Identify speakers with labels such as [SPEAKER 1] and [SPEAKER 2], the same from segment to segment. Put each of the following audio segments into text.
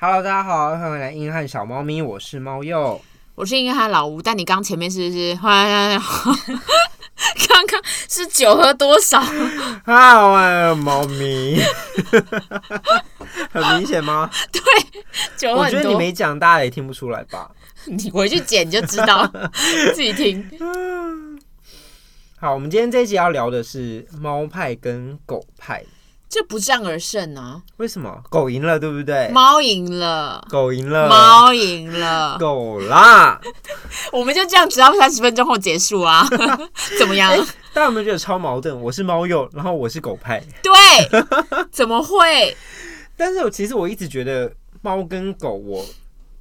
[SPEAKER 1] Hello，大家好，欢迎回来硬汉小猫咪，我是猫鼬。
[SPEAKER 2] 我是硬汉老吴，但你刚前面是不是？刚刚是酒喝多少？
[SPEAKER 1] 啊，我的猫咪， 很明显吗？
[SPEAKER 2] 酒
[SPEAKER 1] 我
[SPEAKER 2] 很
[SPEAKER 1] 觉得你
[SPEAKER 2] 多。
[SPEAKER 1] 没讲，大家也听不出来吧？
[SPEAKER 2] 你回去剪你就知道，自己听。
[SPEAKER 1] 好，我们今天这一集要聊的是猫派跟狗派，
[SPEAKER 2] 这不战而胜啊！
[SPEAKER 1] 为什么狗赢了，对不对？
[SPEAKER 2] 猫赢了，
[SPEAKER 1] 狗赢了，
[SPEAKER 2] 猫赢了，
[SPEAKER 1] 狗啦！
[SPEAKER 2] 我们就这样，直到三十分钟后结束啊！怎么样？
[SPEAKER 1] 大家有没有觉得超矛盾？我是猫鼬，然后我是狗派，
[SPEAKER 2] 对，怎么会？
[SPEAKER 1] 但是我其实我一直觉得猫跟狗我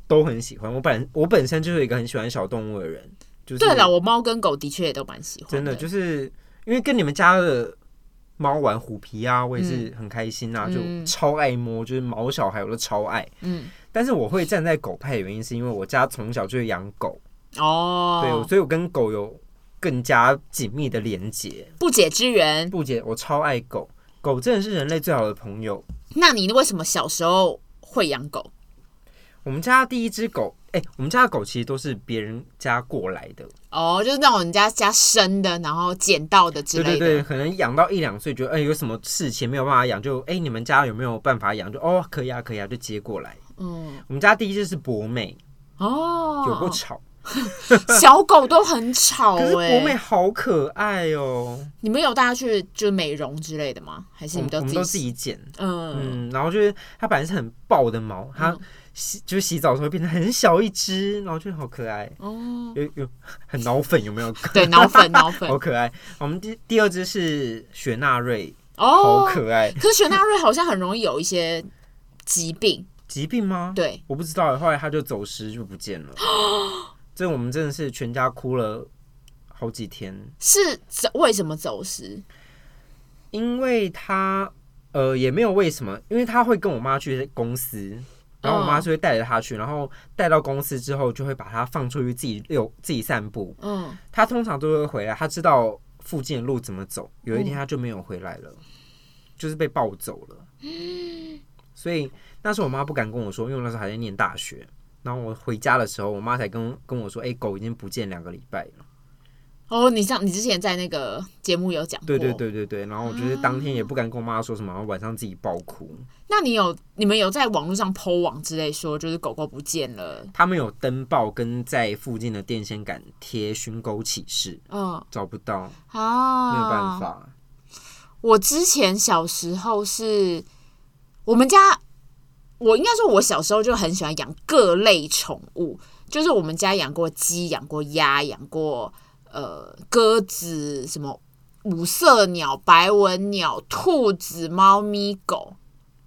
[SPEAKER 1] 都很喜欢，我本我本身就是一个很喜欢小动物的人，就是
[SPEAKER 2] 对了，我猫跟狗的确也都蛮喜欢
[SPEAKER 1] 真的
[SPEAKER 2] 的，
[SPEAKER 1] 就是因为跟你们家的猫玩虎皮啊，我也是很开心啊，就
[SPEAKER 2] 嗯
[SPEAKER 1] 超爱摸，就是毛小孩我都超爱。
[SPEAKER 2] 嗯，
[SPEAKER 1] 但是我会站在狗派的原因，是因为我家从小就养狗，对，
[SPEAKER 2] 哦，
[SPEAKER 1] 所以我跟狗有更加紧密的连结。
[SPEAKER 2] 不解之缘。
[SPEAKER 1] 不姐，我超爱狗，狗真的是人类最好的朋友。
[SPEAKER 2] 那你为什么小时候会养狗？
[SPEAKER 1] 我们家第一只狗，哎、我们家的狗其实都是别人家过来的，
[SPEAKER 2] 哦，就是那种人家家生的，然后捡到的之
[SPEAKER 1] 对
[SPEAKER 2] 类的。
[SPEAKER 1] 对对，可能养到一两岁，觉得哎、有什么事情没有办法养，就哎、你们家有没有办法养？就哦可以啊可以啊，就接过来。
[SPEAKER 2] 嗯，
[SPEAKER 1] 我们家第一只是博美，有够
[SPEAKER 2] 哦，
[SPEAKER 1] 吵，
[SPEAKER 2] 小狗都很吵
[SPEAKER 1] 可是
[SPEAKER 2] 哎、
[SPEAKER 1] 博美好可爱哦、
[SPEAKER 2] 你们有带它去就美容之类的吗？还是
[SPEAKER 1] 我
[SPEAKER 2] 你
[SPEAKER 1] 们
[SPEAKER 2] 们都
[SPEAKER 1] 我们都
[SPEAKER 2] 自己？
[SPEAKER 1] 自己剪，
[SPEAKER 2] 嗯，
[SPEAKER 1] 嗯，然后就是它本来是很爆的毛，它
[SPEAKER 2] 嗯
[SPEAKER 1] 洗就是洗澡的时候变成很小一只，然后就好可爱，
[SPEAKER 2] 哦，
[SPEAKER 1] 有有很脑粉有没有？
[SPEAKER 2] 对，脑粉脑粉
[SPEAKER 1] 嗯好可爱。我们第第二只是雪纳瑞，好
[SPEAKER 2] 哦。
[SPEAKER 1] 可爱，
[SPEAKER 2] 可是雪纳瑞好像很容易有一些疾病，
[SPEAKER 1] 疾病吗？
[SPEAKER 2] 对，
[SPEAKER 1] 我不知道，后来它就走失就不见 了，这我们真的是全家哭了好几天。
[SPEAKER 2] 是走为什么走失？
[SPEAKER 1] 因为他呃也没有为什么，因为他会跟我妈去公司，然后我妈
[SPEAKER 2] 嗯
[SPEAKER 1] 就会带着他去，然后带到公司之后就会把他放出去自己遛自己散步。
[SPEAKER 2] 嗯，
[SPEAKER 1] 他通常都会回来，他知道附近的路怎么走。有一天他就没有回来了，就是被抱走了。所以那时候我妈不敢跟我说，因为我那时候还在念大学。然后我回家的时候，我妈才跟跟我说：“哎、狗已经不见两个礼拜了。”
[SPEAKER 2] 哦，你上你之前在那个节目有讲过，
[SPEAKER 1] 对对。对对对，然后我就是当天也不敢跟我妈说什么，然后晚上自己爆哭。
[SPEAKER 2] 那你有你们有在网络上 PO 网之类说，就是狗狗不见了，
[SPEAKER 1] 他们有登报跟在附近的电线杆贴寻狗启事，
[SPEAKER 2] 嗯
[SPEAKER 1] 找不到，
[SPEAKER 2] 啊，
[SPEAKER 1] 没有办法。
[SPEAKER 2] 我之前小时候是我们家，我应该说，我小时候就很喜欢养各类宠物，就是我们家养过鸡，养过鸭，养过呃鸽子，什么五色鸟、白纹鸟、兔子、猫咪、狗。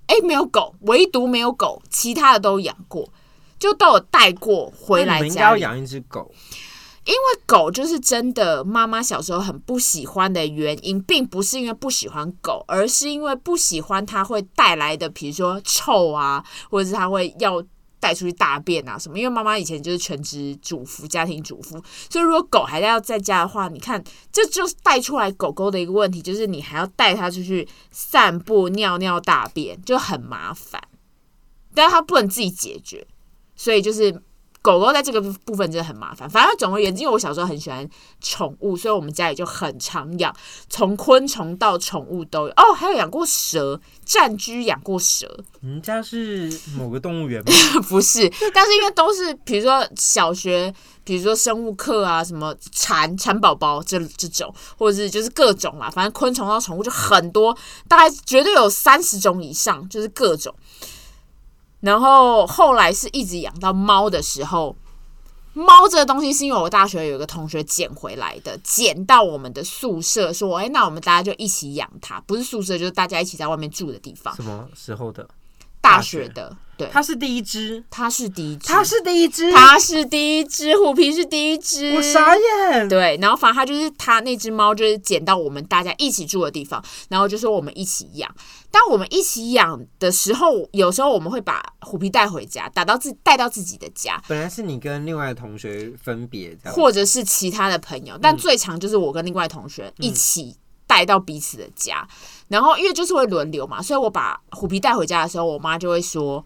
[SPEAKER 2] 诶，没有狗，唯独没有狗，其他的都养过，就都有带过回
[SPEAKER 1] 那
[SPEAKER 2] 来
[SPEAKER 1] 你们应该
[SPEAKER 2] 家
[SPEAKER 1] 要
[SPEAKER 2] 里。
[SPEAKER 1] 养一只狗，
[SPEAKER 2] 狗就是真的，妈妈小时候很不喜欢的原因，并不是因为不喜欢狗，而是因为不喜欢它会带来的，比如说臭啊，或者是它会要带出去大便啊什么。因为妈妈以前就是全职主妇、家庭主妇，所以如果狗还要在家的话，你看这就是带出来狗狗的一个问题，就是你还要带它出去散步、尿尿、大便，就很麻烦。但是它不能自己解决，所以就是狗狗在这个部分真的很麻烦。反正总而言之，因为我小时候很喜欢宠物，所以我们家里就很常养，从昆虫到宠物都有。哦，还有养过蛇，暂居养过蛇，
[SPEAKER 1] 你们家是某个动物园吗？
[SPEAKER 2] 不是，但是因为都是比如说小学，比如说生物课啊，什么蚕蚕宝宝这这种，或者是就是各种啦，反正昆虫到宠物就很多，大概绝对有三十种以上，就是各种。然后后来是一直养到猫的时候，猫这个东西是因为我大学有一个同学捡回来的，捡到我们的宿舍，说：“哎，那我们大家就一起养它，不是宿舍，就是大家一起在外面住的地方。
[SPEAKER 1] 什么时候 的？”大
[SPEAKER 2] 大
[SPEAKER 1] 学
[SPEAKER 2] 学的，对，
[SPEAKER 1] 它是第一只，
[SPEAKER 2] 它是第一只，
[SPEAKER 1] 它是第一只，
[SPEAKER 2] 它是第一只，虎皮是第一只，
[SPEAKER 1] 嗯我傻眼。
[SPEAKER 2] 对，然后反正它就是它那只猫，就是捡到我们大家一起住的地方，然后就说我们一起养。当我们一起养的时候，有时候我们会把虎皮带回家，打到自带到自己的家，
[SPEAKER 1] 本来是你跟另外的同学分别这样，嗯
[SPEAKER 2] 或者是其他的朋友，但最常就是我跟另外同学一起带到彼此的家。然后因为就是会轮流嘛，所以我把虎皮带回家的时候，我妈就会说：“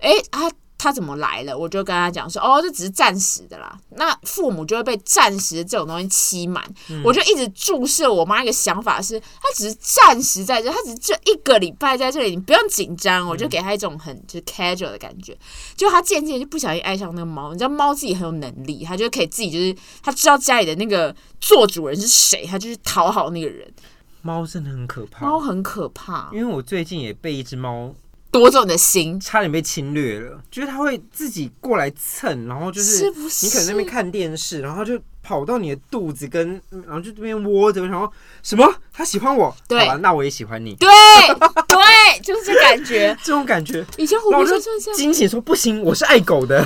[SPEAKER 2] 诶，他他怎么来了？我就跟他讲说，哦，这只是暂时的啦。那父母就会被暂时这种东西欺瞒。
[SPEAKER 1] 嗯
[SPEAKER 2] 我就一直注射我妈一个想法是，她只是暂时在这，她只是这一个礼拜在这里，你不用紧张。
[SPEAKER 1] 嗯
[SPEAKER 2] 我就给她一种很就是 casual 的感觉。就她渐渐就不小心爱上那个猫，你知道猫自己很有能力，它就可以自己就是它知道家里的那个做主人是谁，它就去讨好那个人。
[SPEAKER 1] 猫真的很可怕，
[SPEAKER 2] 猫很可怕，
[SPEAKER 1] 因为我最近也被一只猫
[SPEAKER 2] 夺走你的心。
[SPEAKER 1] 差点被侵略了，就是它会自己过来蹭，然后就是
[SPEAKER 2] 是不是
[SPEAKER 1] 你可能在那边看电视，然后就跑到你的肚子跟，然后就这边窝着，然后什么它喜欢我，
[SPEAKER 2] 对
[SPEAKER 1] 好吧，那我也喜欢你，
[SPEAKER 2] 对对，就是这感 觉。
[SPEAKER 1] 这种感觉，
[SPEAKER 2] 以前虎
[SPEAKER 1] 然后
[SPEAKER 2] 皮
[SPEAKER 1] 我
[SPEAKER 2] 就
[SPEAKER 1] 就
[SPEAKER 2] 就是这样。
[SPEAKER 1] 惊醒说不行，我是爱狗 的，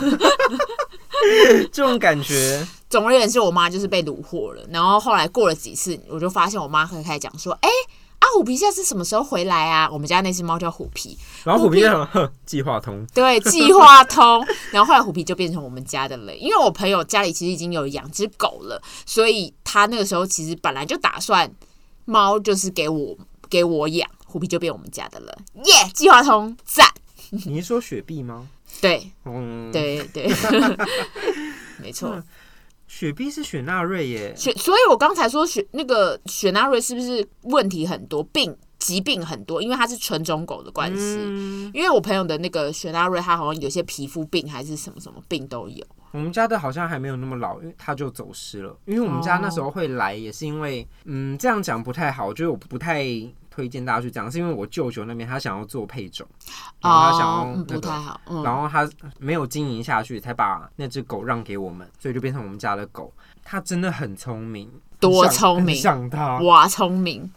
[SPEAKER 1] 这种感觉，
[SPEAKER 2] 总而言之，我妈就是被虏获了。然后后来过了几次，我就发现我妈开开始讲说：“哎、啊，虎皮下次什么时候回来啊？”我们家那只猫叫虎皮，
[SPEAKER 1] 然后虎皮就想，哼，计划通，
[SPEAKER 2] 对，计划通。 然后后来虎皮就变成我们家的了，因为我朋友家里其实已经有养只狗了，所以他那个时候其实本来就打算猫就是给我给我养，虎皮就变我们家的了，耶、计划通，赞。
[SPEAKER 1] 你是说雪碧吗？
[SPEAKER 2] 对
[SPEAKER 1] 嗯，，
[SPEAKER 2] 对对， 没错。
[SPEAKER 1] 雪碧是雪纳瑞耶，
[SPEAKER 2] 雪，所以我刚才说雪那个雪纳瑞是不是问题很多，病疾病很多，因为它是纯种狗的关系。
[SPEAKER 1] 嗯，
[SPEAKER 2] 因为我朋友的那个雪纳瑞，它好像有些皮肤病还是什么什么病都有。
[SPEAKER 1] 我们家的好像还没有那么老，因为它就走失了。因为我们家那时
[SPEAKER 2] 哦
[SPEAKER 1] 候会来，也是因为，嗯，这样讲不太好，就是我不太推荐大家去讲，是因为我舅舅那边他想要做配种，然后他想要
[SPEAKER 2] 哦，嗯，
[SPEAKER 1] 那
[SPEAKER 2] 不
[SPEAKER 1] 个
[SPEAKER 2] 太好，嗯，
[SPEAKER 1] 然后他没有经营下去，才把那只狗让给我们，所以就变成我们家的狗。它真的很聪明，
[SPEAKER 2] 多
[SPEAKER 1] 很像
[SPEAKER 2] 聪明
[SPEAKER 1] 很像它。
[SPEAKER 2] 哇，聪明，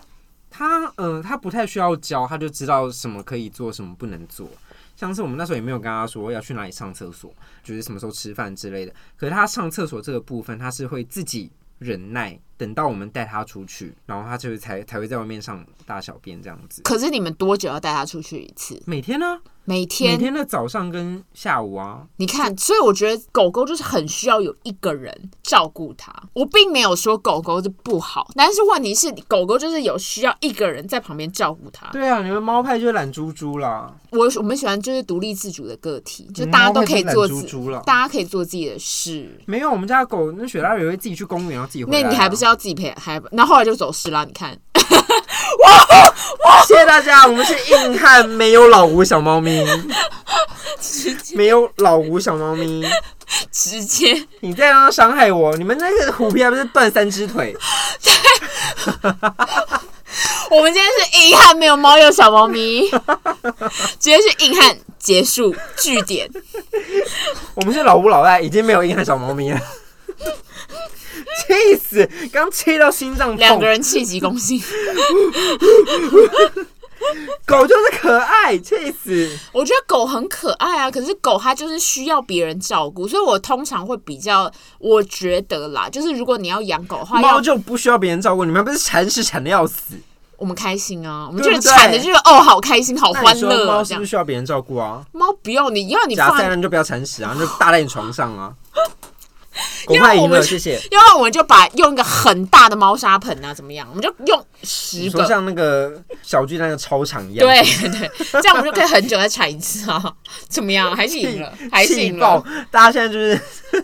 [SPEAKER 1] 它呃，它不太需要教，它就知道什么可以做，什么不能做。像是我们那时候也没有跟他说要去哪里上厕所，就是什么时候吃饭之类的。可是他上厕所这个部分，他是会自己忍耐，等到我们带他出去，然后他就才才会在外面上大小便这样子。
[SPEAKER 2] 可是你们多久要带它出去一次？
[SPEAKER 1] 每天呢、
[SPEAKER 2] 每
[SPEAKER 1] 每
[SPEAKER 2] 天，
[SPEAKER 1] 天的早上跟下午啊，
[SPEAKER 2] 你看，所以我觉得狗狗就是很需要有一个人照顾它。我并没有说狗狗是不好，但是问题是狗狗就是有需要一个人在旁边照顾它。
[SPEAKER 1] 对啊，你们猫派就是懒猪猪啦，
[SPEAKER 2] 我我们喜欢就是独立自主的个体，就大家都可以做
[SPEAKER 1] 嗯你们猫派就是懒猪
[SPEAKER 2] 自，
[SPEAKER 1] 猪了。
[SPEAKER 2] 大家可以做自己的事。
[SPEAKER 1] 没有，我们家的狗那雪拉也会自己去公园，然后自己回来、
[SPEAKER 2] 那
[SPEAKER 1] 啊。
[SPEAKER 2] 你还不是要自己陪？还那后来就走失了。你看，
[SPEAKER 1] 谢谢大家，我们是硬汉，没有老吴小猫咪，没有老吴小猫咪，
[SPEAKER 2] 直接
[SPEAKER 1] 你再让它伤害我，你们那个虎皮还不是断三只腿？
[SPEAKER 2] 我们今天是硬汉，没有猫，有小猫 咪，直接是硬汉结束据点。
[SPEAKER 1] 我们是老吴老赖，已经没有硬汉小猫咪了。气死！刚切到心脏
[SPEAKER 2] 两个
[SPEAKER 1] 痛，
[SPEAKER 2] 人气急攻心。
[SPEAKER 1] 狗就是可爱，气死！
[SPEAKER 2] 我觉得狗很可爱啊，可是狗它就是需要别人照顾，所以我通常会比较，我觉得啦，就是如果你要养狗的话，
[SPEAKER 1] 猫
[SPEAKER 2] 要
[SPEAKER 1] 就不需要别人照顾，你们不是馋是馋的要死。
[SPEAKER 2] 我们开心啊，我们就
[SPEAKER 1] 对
[SPEAKER 2] 是
[SPEAKER 1] 不对
[SPEAKER 2] 馋的，就是哦，好开心，好
[SPEAKER 1] 那
[SPEAKER 2] 欢
[SPEAKER 1] 你说
[SPEAKER 2] 乐
[SPEAKER 1] 猫
[SPEAKER 2] 啊，
[SPEAKER 1] 是不
[SPEAKER 2] 这样
[SPEAKER 1] 是。需要别人照顾啊？
[SPEAKER 2] 猫不要你，要你
[SPEAKER 1] 夹
[SPEAKER 2] 放
[SPEAKER 1] 塞，了你就不要铲屎啊，那就搭在你床上 啊。国
[SPEAKER 2] 因为
[SPEAKER 1] 派
[SPEAKER 2] 我
[SPEAKER 1] 赢
[SPEAKER 2] 们
[SPEAKER 1] 了，谢谢。
[SPEAKER 2] 要不然我们就把用一个很大的猫砂盆啊，怎么样？我们就用
[SPEAKER 1] 你
[SPEAKER 2] 十
[SPEAKER 1] 说
[SPEAKER 2] 个，
[SPEAKER 1] 像那个小巨蛋那个操场一样，
[SPEAKER 2] 对对，这样我们就可以很久再铲一次啊，怎么样？还是赢了，还是
[SPEAKER 1] 气
[SPEAKER 2] 赢
[SPEAKER 1] 爆
[SPEAKER 2] 了，！
[SPEAKER 1] 大家现在就是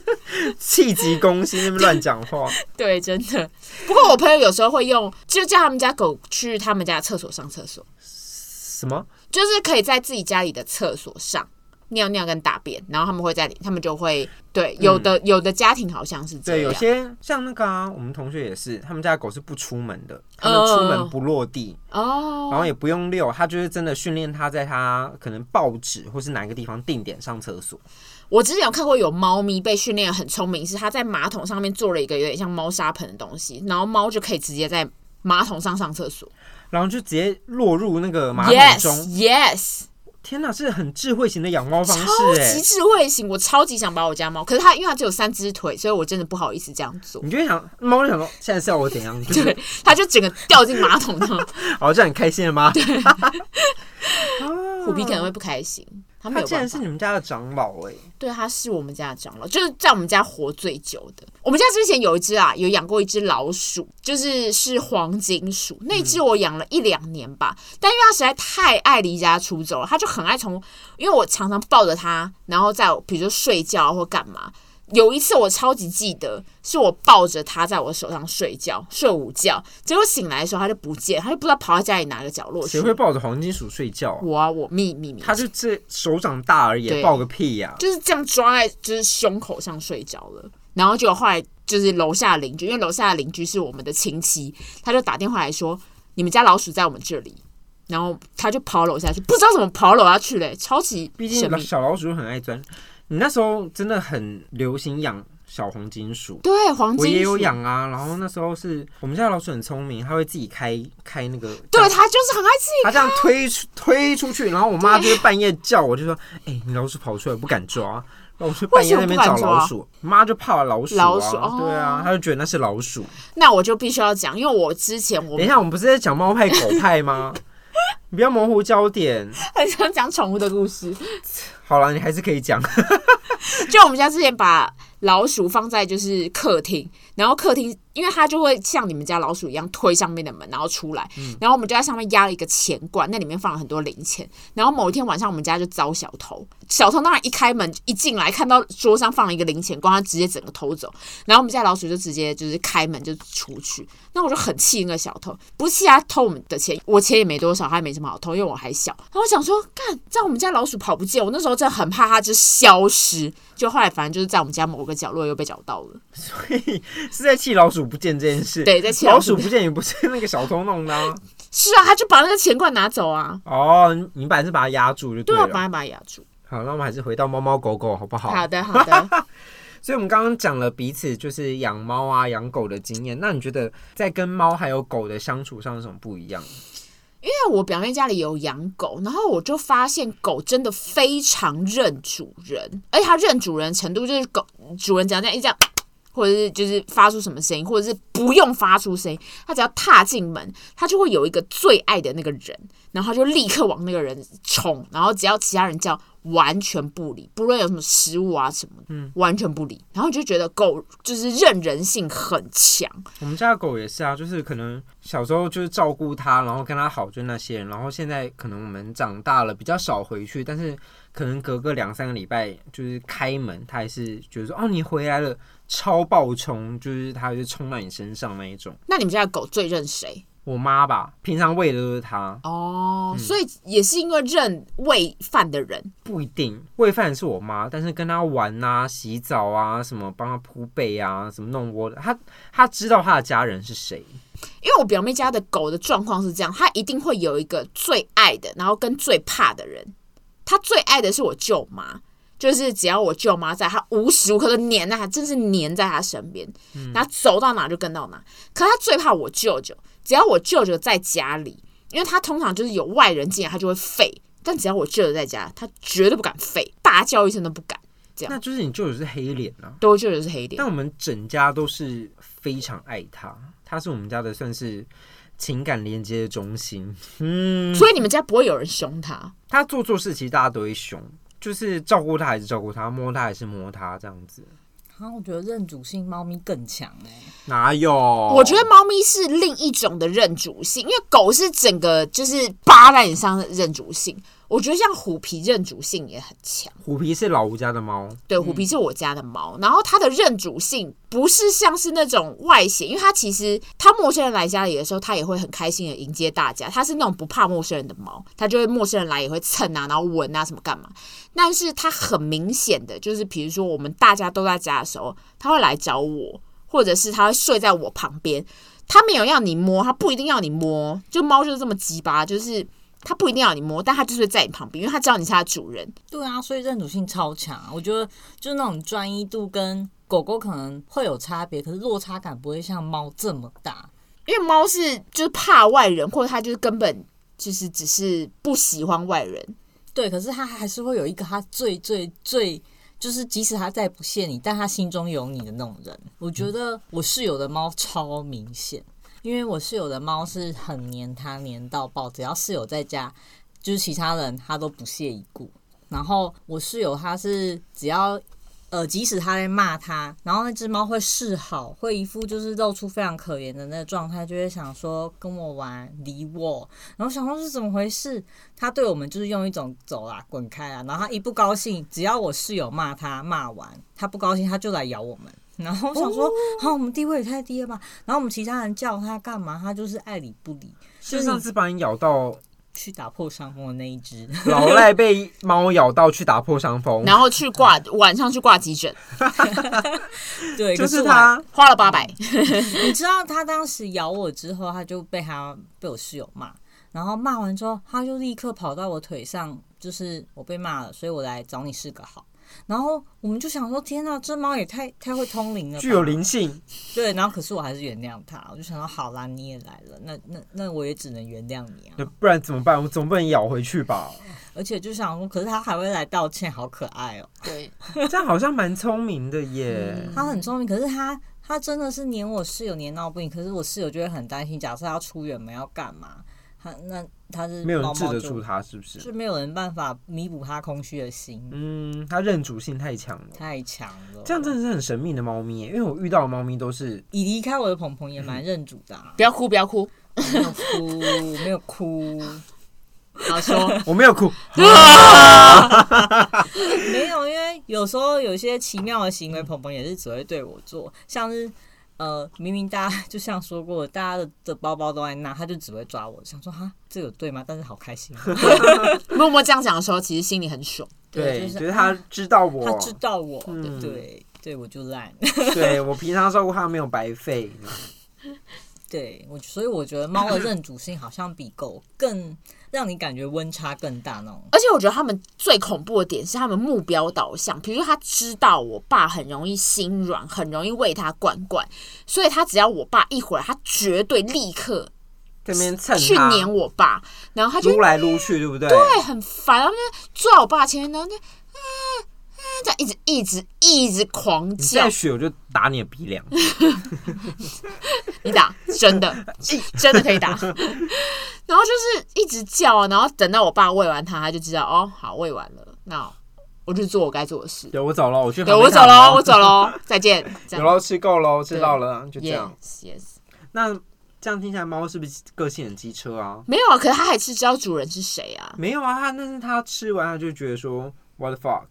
[SPEAKER 1] 气急攻心，那边乱讲话。
[SPEAKER 2] 对，真的。不过我朋友有时候会用，就叫他们家狗去他们家厕所上厕所，
[SPEAKER 1] 什么？
[SPEAKER 2] 就是可以在自己家里的厕所上。尿尿跟大便，然后他们会在里，他们就会对有的、有的家庭好像是这
[SPEAKER 1] 对，有
[SPEAKER 2] 样，
[SPEAKER 1] 些像那个啊，我们同学也是，他们家的狗是不出门的，他们出门不落地，
[SPEAKER 2] 嗯哦，
[SPEAKER 1] 然后也不用遛，他就是真的训练他在他可能报纸或是哪一个地方定点上厕所。
[SPEAKER 2] 我之前有看过有猫咪被训练得很聪明，是它在马桶上面做了一个有点像猫砂盆的东西，然后猫就可以直接在马桶上上厕所。
[SPEAKER 1] 然后就直接落入那个马桶
[SPEAKER 2] Yes,
[SPEAKER 1] 中
[SPEAKER 2] yes，
[SPEAKER 1] 天哪，是很智慧型的养猫方
[SPEAKER 2] 超
[SPEAKER 1] 式哎、
[SPEAKER 2] 级智慧型，我超级想把我家猫，可是它因为它只有三只腿，所以我真的不好意思这样做。
[SPEAKER 1] 你就会想，猫就想说，现在是要我怎样？就是哦
[SPEAKER 2] 对，它就整个掉进马桶上，
[SPEAKER 1] 好，这样很开心了吗？
[SPEAKER 2] 虎皮可能会不开心。他没
[SPEAKER 1] 他
[SPEAKER 2] 有
[SPEAKER 1] 嗯竟
[SPEAKER 2] 办
[SPEAKER 1] 然
[SPEAKER 2] 法
[SPEAKER 1] 是。你们家的长老哎、
[SPEAKER 2] 对，它是我们家的长老，就是在我们家活最久的。我们家之前有一只啊，有养过一只老鼠，就是是黄金鼠，那只我养了一两年吧。但因为它实在太爱离家出走了，它就很爱从，因为我常常抱着它，然后在我比如说睡觉或干嘛。有一次我超级记得，是我抱着它在我手上睡觉，睡午觉，结果醒来的时候它就不见，它就不知道跑到家里哪个角落去
[SPEAKER 1] 谁。会抱着黄金鼠睡觉啊、
[SPEAKER 2] 我啊，我秘密秘密，
[SPEAKER 1] 他就这手掌大而已，
[SPEAKER 2] 对
[SPEAKER 1] 抱个屁呀、
[SPEAKER 2] 就是这样抓在就是胸口上睡着了，然后结果后来就是楼下邻居，因为楼下的邻居是我们的亲戚，他就打电话来说你们家老鼠在我们这里，然后他就跑楼下去，不知道怎么跑楼下去嘞，超级
[SPEAKER 1] 毕
[SPEAKER 2] 神
[SPEAKER 1] 竟
[SPEAKER 2] 秘
[SPEAKER 1] 小老鼠很爱钻。你那时候真的很流行养小黄金鼠，
[SPEAKER 2] 对黄金
[SPEAKER 1] 我
[SPEAKER 2] 鼠
[SPEAKER 1] 也有，养啊。然后那时候是我们家的老鼠很聪明，它会自己开开那个，
[SPEAKER 2] 对，他就是很爱自己，
[SPEAKER 1] 它这样推出推出去，然后我妈就会半夜叫我，就说：“哎、你老鼠跑出来，我不敢抓。”然后我就半夜在那边
[SPEAKER 2] 为什
[SPEAKER 1] 找
[SPEAKER 2] 么不敢抓
[SPEAKER 1] 老鼠，妈就怕老鼠、啊，
[SPEAKER 2] 老鼠哦
[SPEAKER 1] 对啊，她就觉得那是老鼠。
[SPEAKER 2] 那我就必须要讲，因为我之前我
[SPEAKER 1] 等一下，我们不是在讲猫派狗派吗？你不要模糊焦点。
[SPEAKER 2] 很想讲宠物的故事，
[SPEAKER 1] 好了，你还是可以讲。
[SPEAKER 2] 就我们家之前把老鼠放在就是客厅，然后客厅因为它就会像你们家老鼠一样推上面的门，然后出来，然后我们就在上面压了一个钱罐，那里面放了很多零钱。然后某一天晚上，我们家就遭小偷，小偷当然一开门一进来，看到桌上放了一个零钱罐，他直接整个偷走。然后我们家老鼠就直接就是开门就出去，那我就很气那个小偷，不是气他偷我们的钱，我钱也没多少，他也没什么好偷，因为我还小。然后我想说，干，在我们家老鼠跑不见，我那时候真的很怕它就消失。就后来反正就是在我们家某个角落又被找到了，
[SPEAKER 1] 是在气老鼠不见这件事。
[SPEAKER 2] 对在气
[SPEAKER 1] 老
[SPEAKER 2] 老鼠
[SPEAKER 1] 鼠不见也不是那个小偷弄的、啊。
[SPEAKER 2] 是啊，他就把那个钱罐拿走啊，
[SPEAKER 1] 哦，你你本来是把它压住就对
[SPEAKER 2] 对
[SPEAKER 1] 了。
[SPEAKER 2] 啊，把它把它压住。
[SPEAKER 1] 好，那我们还是回到猫猫狗狗好不好？
[SPEAKER 2] 好的，好的，
[SPEAKER 1] 所以我们刚刚讲了彼此就是养猫啊、养狗的经验。那你觉得在跟猫还有狗的相处上有什么不一样？
[SPEAKER 2] 因为我表妹家里有养狗，然后我就发现狗真的非常认主人，而且它认主人程度就是狗主人只要这样一这样，或者是就是发出什么声音，或者是不用发出声音，它只要踏进门，它就会有一个最爱的那个人，然后它就立刻往那个人冲，然后只要其他人叫，完全不理，不论有什么食物啊什么的，完全不理，然后就觉得狗就是认人性很强。
[SPEAKER 1] 我们家的狗也是啊，就是可能小时候就是照顾它，然后跟它好，就那些人。然后现在可能我们长大了，比较少回去，但是可能隔个两三个礼拜，就是开门，它还是觉得说哦，你回来了，超爆冲，就是它就冲到你身上那一种。
[SPEAKER 2] 那你们家的狗最认谁？
[SPEAKER 1] 我妈吧，平常喂的都是它，
[SPEAKER 2] 哦，所以也是因为认喂饭的人，
[SPEAKER 1] 不一定喂饭是我妈，但是跟它玩啊、洗澡啊、什么帮它铺被啊、什么弄窝的，它它知道它的家人是谁。
[SPEAKER 2] 因为我表妹家的狗的状况是这样，它一定会有一个最爱的，然后跟最怕的人。它最爱的是我舅妈，就是只要我舅妈在，它无时无刻都黏在她，真是黏在她身边，然后走到哪就跟到哪。可它最怕我舅舅，只要我舅舅在家里，因为它通常就是有外人进来，它就会吠。但只要我舅舅在家，它绝对不敢吠，大叫一声都不敢。这样
[SPEAKER 1] 那就是你舅舅是黑脸啊。
[SPEAKER 2] 对我舅舅是黑点
[SPEAKER 1] 但，我们整家都是非常爱他，他是我们家的算是情感连接的中心。嗯，
[SPEAKER 2] 所以你们家不会有人凶它。
[SPEAKER 1] 他做错事其实大家都会凶，就是照顾他还是照顾他，摸他还是摸他，这样子
[SPEAKER 3] 啊，我觉得认主性猫咪更强哎、
[SPEAKER 1] 哪有？
[SPEAKER 2] 我
[SPEAKER 1] 我
[SPEAKER 2] 觉得猫咪是另一种的认主性，因为狗是整个就是扒在你上的认主性。我觉得像虎皮认主性也很强，
[SPEAKER 1] 虎皮是老吴家的猫，
[SPEAKER 2] 对，虎皮是我家的猫，然后它的认主性不是像是那种外显，因为它其实它陌生人来家里的时候，它也会很开心的迎接大家，它是那种不怕陌生人的猫，它就会陌生人来也会蹭啊，然后闻啊什么干嘛。但是它很明显的就是，比如说我们大家都在家的时候，它会来找我，或者是它会睡在我旁边，它没有要你摸，它不一定要你摸，就猫就是这么鸡巴，就是它不一定要你摸，但它就是会在你旁边，因为它知道你是它的主人。
[SPEAKER 3] 对啊，所以认主性超强。啊我觉得就是那种专一度跟狗狗可能会有差别，可是落差感不会像猫这么大。
[SPEAKER 2] 因为猫是就是怕外人，或者它就是根本就是只是不喜欢外人。
[SPEAKER 3] 对，可是它还是会有一个它最最最，就是即使它再不屑你，但它心中有你的那种人。我觉得我室友的猫超明显，因为我室友的猫是很黏它，黏到爆，只要室友在家，就是其他人它都不屑一顾。然后我室友他是只要呃，即使他在骂他，然后那只猫会示好，会一副就是露出非常可怜的那个状态，就会想说跟我玩，理我。然后想说是怎么回事？他对我们就是用一种走啦，滚开啊！然后他一不高兴，只要我室友骂他，骂完他不高兴，他就来咬我们。然后我想
[SPEAKER 1] 哦
[SPEAKER 3] 说，好、我们地位也太低了吧？然后我们其他人叫他干嘛，他就是爱理不理，
[SPEAKER 1] 就上次把你咬到
[SPEAKER 3] 去打破伤风的那一只。
[SPEAKER 1] 老赖被猫咬到去打破伤风，
[SPEAKER 2] 然后去挂晚上去挂急诊，
[SPEAKER 3] 对，
[SPEAKER 1] 就
[SPEAKER 3] 可
[SPEAKER 1] 是
[SPEAKER 3] 我
[SPEAKER 1] 他
[SPEAKER 2] 花了八百。
[SPEAKER 3] 你知道他当时咬我之后，他就被他被我室友骂，然后骂完之后，他就立刻跑到我腿上，就是我被骂了，所以我来找你示个好。然后我们就想说，天呐，这猫也太太会通灵了，
[SPEAKER 1] 具有。灵性，
[SPEAKER 3] 对，然后可是我还是原谅他，我就想到，好啦，你也来了，那那那我也只能原谅你啊。
[SPEAKER 1] 不然怎么办？我总不能咬回去吧？
[SPEAKER 3] 而且就想说，可是他还会来道歉，好可爱哦、
[SPEAKER 2] 对，
[SPEAKER 1] 这样好像蛮聪明的耶。
[SPEAKER 3] 他很聪明，可是他他真的是黏我室友黏到不行，可是我室友就会很担心，假设他出远门要干嘛，他那他是
[SPEAKER 1] 没有
[SPEAKER 3] 猫
[SPEAKER 1] 人治
[SPEAKER 3] 猫
[SPEAKER 1] 得
[SPEAKER 3] 就
[SPEAKER 1] 住他，是不是？
[SPEAKER 3] 就没有人办法弥补他空虚的心，
[SPEAKER 1] 嗯，他认主性太强了。
[SPEAKER 3] 太强了。
[SPEAKER 1] 这样真的是很神秘的猫咪耶，因为我遇到的猫咪都是
[SPEAKER 3] 你离开我的鹏鹏也
[SPEAKER 1] 嗯
[SPEAKER 3] 蛮认主的、啊，
[SPEAKER 2] 不要哭，不要哭。
[SPEAKER 3] 没有 哭，没有哭，
[SPEAKER 2] 好 说，
[SPEAKER 1] 我没有哭，
[SPEAKER 3] 没有，因为有时候有一些奇妙的行为，鹏鹏也是只会对我做，像是。呃，明明大家就像说过，大家的的包包都在那，他就只会抓我，想说哈，这有对吗？但是好开心哦，
[SPEAKER 2] 默默这样讲的时候，其实心里很爽。
[SPEAKER 1] 对，
[SPEAKER 3] 就是啊
[SPEAKER 1] 觉得它知道
[SPEAKER 3] 他
[SPEAKER 1] 我，
[SPEAKER 3] 知道我，
[SPEAKER 1] 嗯
[SPEAKER 3] 对对，我就烂，
[SPEAKER 1] 对我平常照顾它没有白费，
[SPEAKER 3] 对我，所以我觉得猫的认主性好像比狗更让你感觉温差更大那种。
[SPEAKER 2] 而且我觉得他们最恐怖的点是他们目标导向，比如说他知道我爸很容易心软，很容易为他管管，所以他只要我爸一回来，他绝对立刻
[SPEAKER 1] 这边蹭
[SPEAKER 2] 去
[SPEAKER 1] 它，
[SPEAKER 2] 撵我爸，然后他就
[SPEAKER 1] 撸来撸去，对不对？
[SPEAKER 2] 对很烦，然后就抓我爸前面，然后就嗯嗯这样一直一直一直狂
[SPEAKER 1] 你
[SPEAKER 2] 叫
[SPEAKER 1] 再，学我就打你的鼻梁，
[SPEAKER 2] 你打，真的， 真的可以打。然后就是一直叫啊，然后等到我爸喂完他，他就知道哦，好喂完了，那我就做我该做的事。
[SPEAKER 1] 对我走了，我去
[SPEAKER 2] 对，
[SPEAKER 1] 旁
[SPEAKER 2] 我
[SPEAKER 1] 边
[SPEAKER 2] 走
[SPEAKER 1] 看
[SPEAKER 2] 喽，
[SPEAKER 1] 猫
[SPEAKER 2] 我走喽，再 见。这
[SPEAKER 1] 有
[SPEAKER 2] 样
[SPEAKER 1] 喽，吃够喽，知道了，就这样。
[SPEAKER 2] ，yes yes，
[SPEAKER 1] 那这样听起来，猫是不是个性很机车啊？
[SPEAKER 2] 没有啊，可是他还是知道主人是谁啊，
[SPEAKER 1] 没有啊，它但是它吃完它就觉得说 what the fuck，